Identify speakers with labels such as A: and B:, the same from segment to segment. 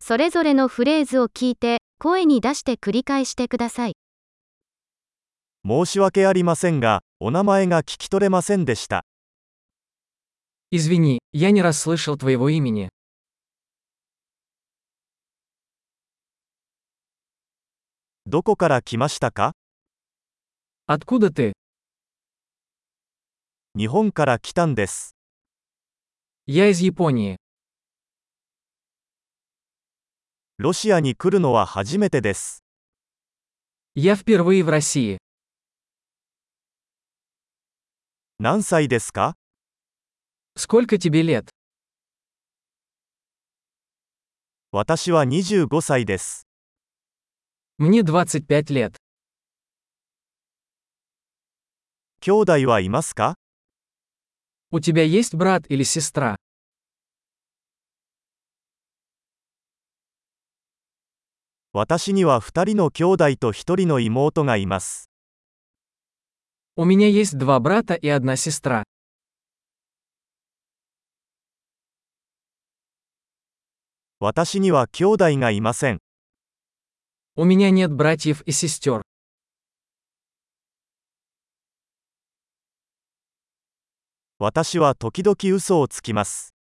A: それぞれのフレーズを聞いて、声に出して繰り返してください。
B: 申し訳ありませんが、お名前が聞き取れませんでした。
C: Извини, я не расслышал твоего имени.
B: どこから来ましたか
C: Откуда ты?
B: 日本から来たんです。
C: Я из Японии.
B: ロシアに来るのは初めてです。
C: Я впервые в России.
B: 何歳ですか
C: Сколько тебе лет?
B: 私は25歳です。
C: Мне 25 лет.
B: 兄弟はいますか
C: У тебя есть брат или сестра?
B: 私には2人の兄弟と1人の妹がいます。
C: У меня есть два брата и одна сестра.
B: 私には兄弟がいません。
C: У меня нет братьев и сестер.
B: 私は時々嘘をつきます。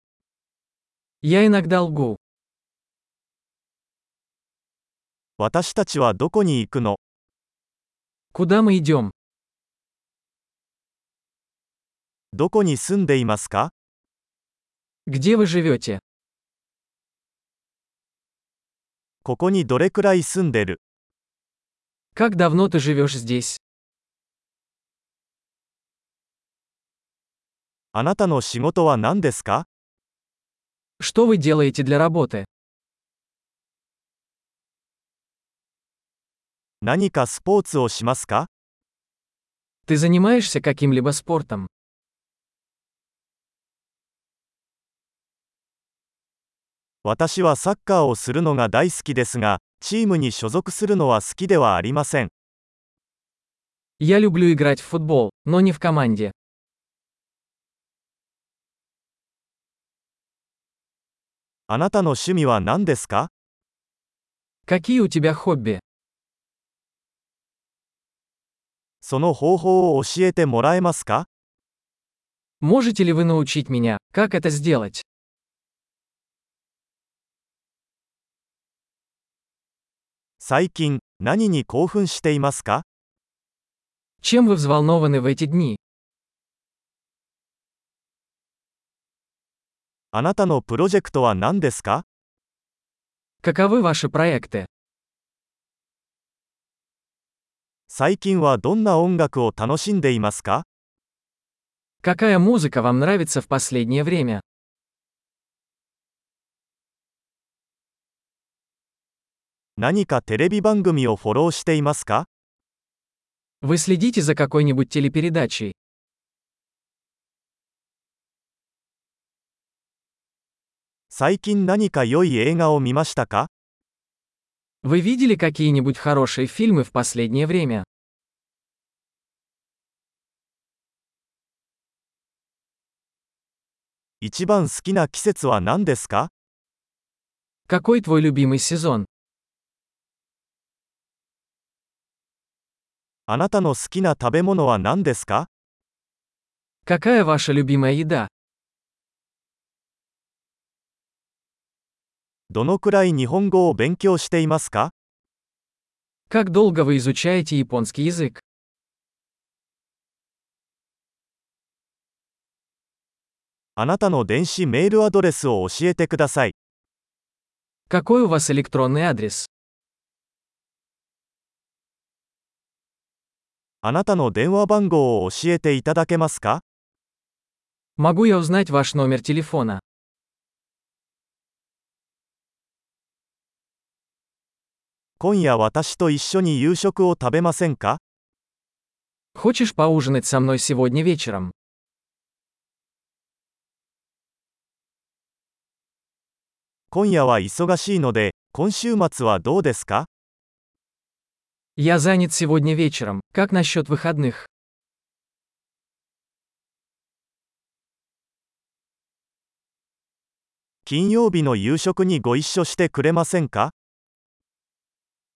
C: Я иногда лгу.
B: 私たちはどこに行くの
C: Куда мы идем?
B: どこに住んでいますか
C: Где вы живете?
B: ここにどれくらい住んでる
C: Как давно ты живешь здесь?
B: あなたの仕事は何ですか
C: Что вы делаете для работы?
B: 何かスポーツをしますか
C: Ты занимаешься каким-либо спортом?
B: 私はサッカーをするのが大好きですが、チームに所属するのは好きではありません。
C: Я люблю играть в футбол, но не в команде.
B: あなたの趣味は何ですか
C: Какие у тебя хобби?
B: その方法を教えてもらえますか
C: Можете ли вы научить меня, как это сделать?
B: 最近、何に興奮していますか
C: Чем вы взволнованы в эти дни?
B: あなたのプロジェクトは何ですか
C: Каковы ваши проекты?
B: 最近はどんな音楽を楽しんでいますか
C: Какая музыка вам нравится в последнее время?
B: 何かテレビ番組をフォローしていますか
C: Вы следите за какой-нибудь телепередачей?
B: 最近何か良い映画を見ましたか
C: Вы видели какие-нибудь хорошие фильмы в последнее время?
B: 一番好きな季節は何ですか
C: Какой твой любимый сезон?
B: あなたの好きな食べ物は何ですか
C: Какая ваша любимая еда?
B: どのくらい日本語を勉強していますか
C: Как долго вы изучаете японский язык?
B: あなたの電子メールアドレスを教えてください。
C: Какой у вас электронный адрес?
B: あなたの電話番号を教えていただけますか
C: Могу я узнать ваш номер телефона?
B: 今夜私と一緒に夕食を食べませんか
C: Хочешь поужинать со мной сегодня вечером?
B: 今夜は忙しいので、今週末はどうですか
C: Я занят сегодня вечером. Как насчет выходных?
B: 金曜日の夕食にご一緒してくれませんか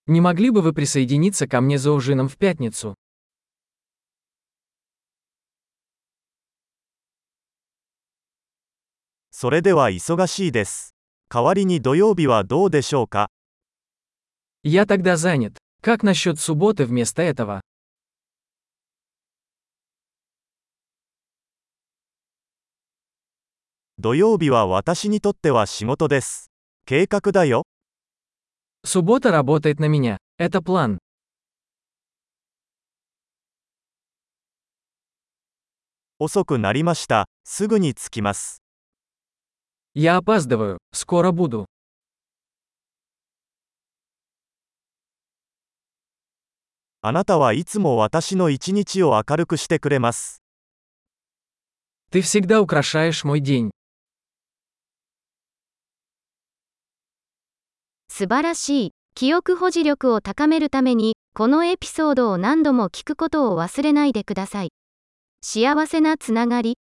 C: Не могли бы вы присоединиться ко мне за ужином в пятницу?
B: それでは忙しいです。代わりに土曜日はどうでしょうか
C: Я тогда занят. Как насчет субботы вместо этого?
B: 土曜日は私にとっては仕事です。計画だよ。
C: Суббота работает на меня. Это план.
B: 遅くなりました。すぐに着きます。
C: Я опаздываю. Скоро буду.
B: あなたはいつも私の一日を明るくしてくれます。
C: Ты всегда украшаешь мой день.
A: 素晴らしい。記憶保持力を高めるために、このエピソードを何度も聞くことを忘れないでください。幸せなつながり。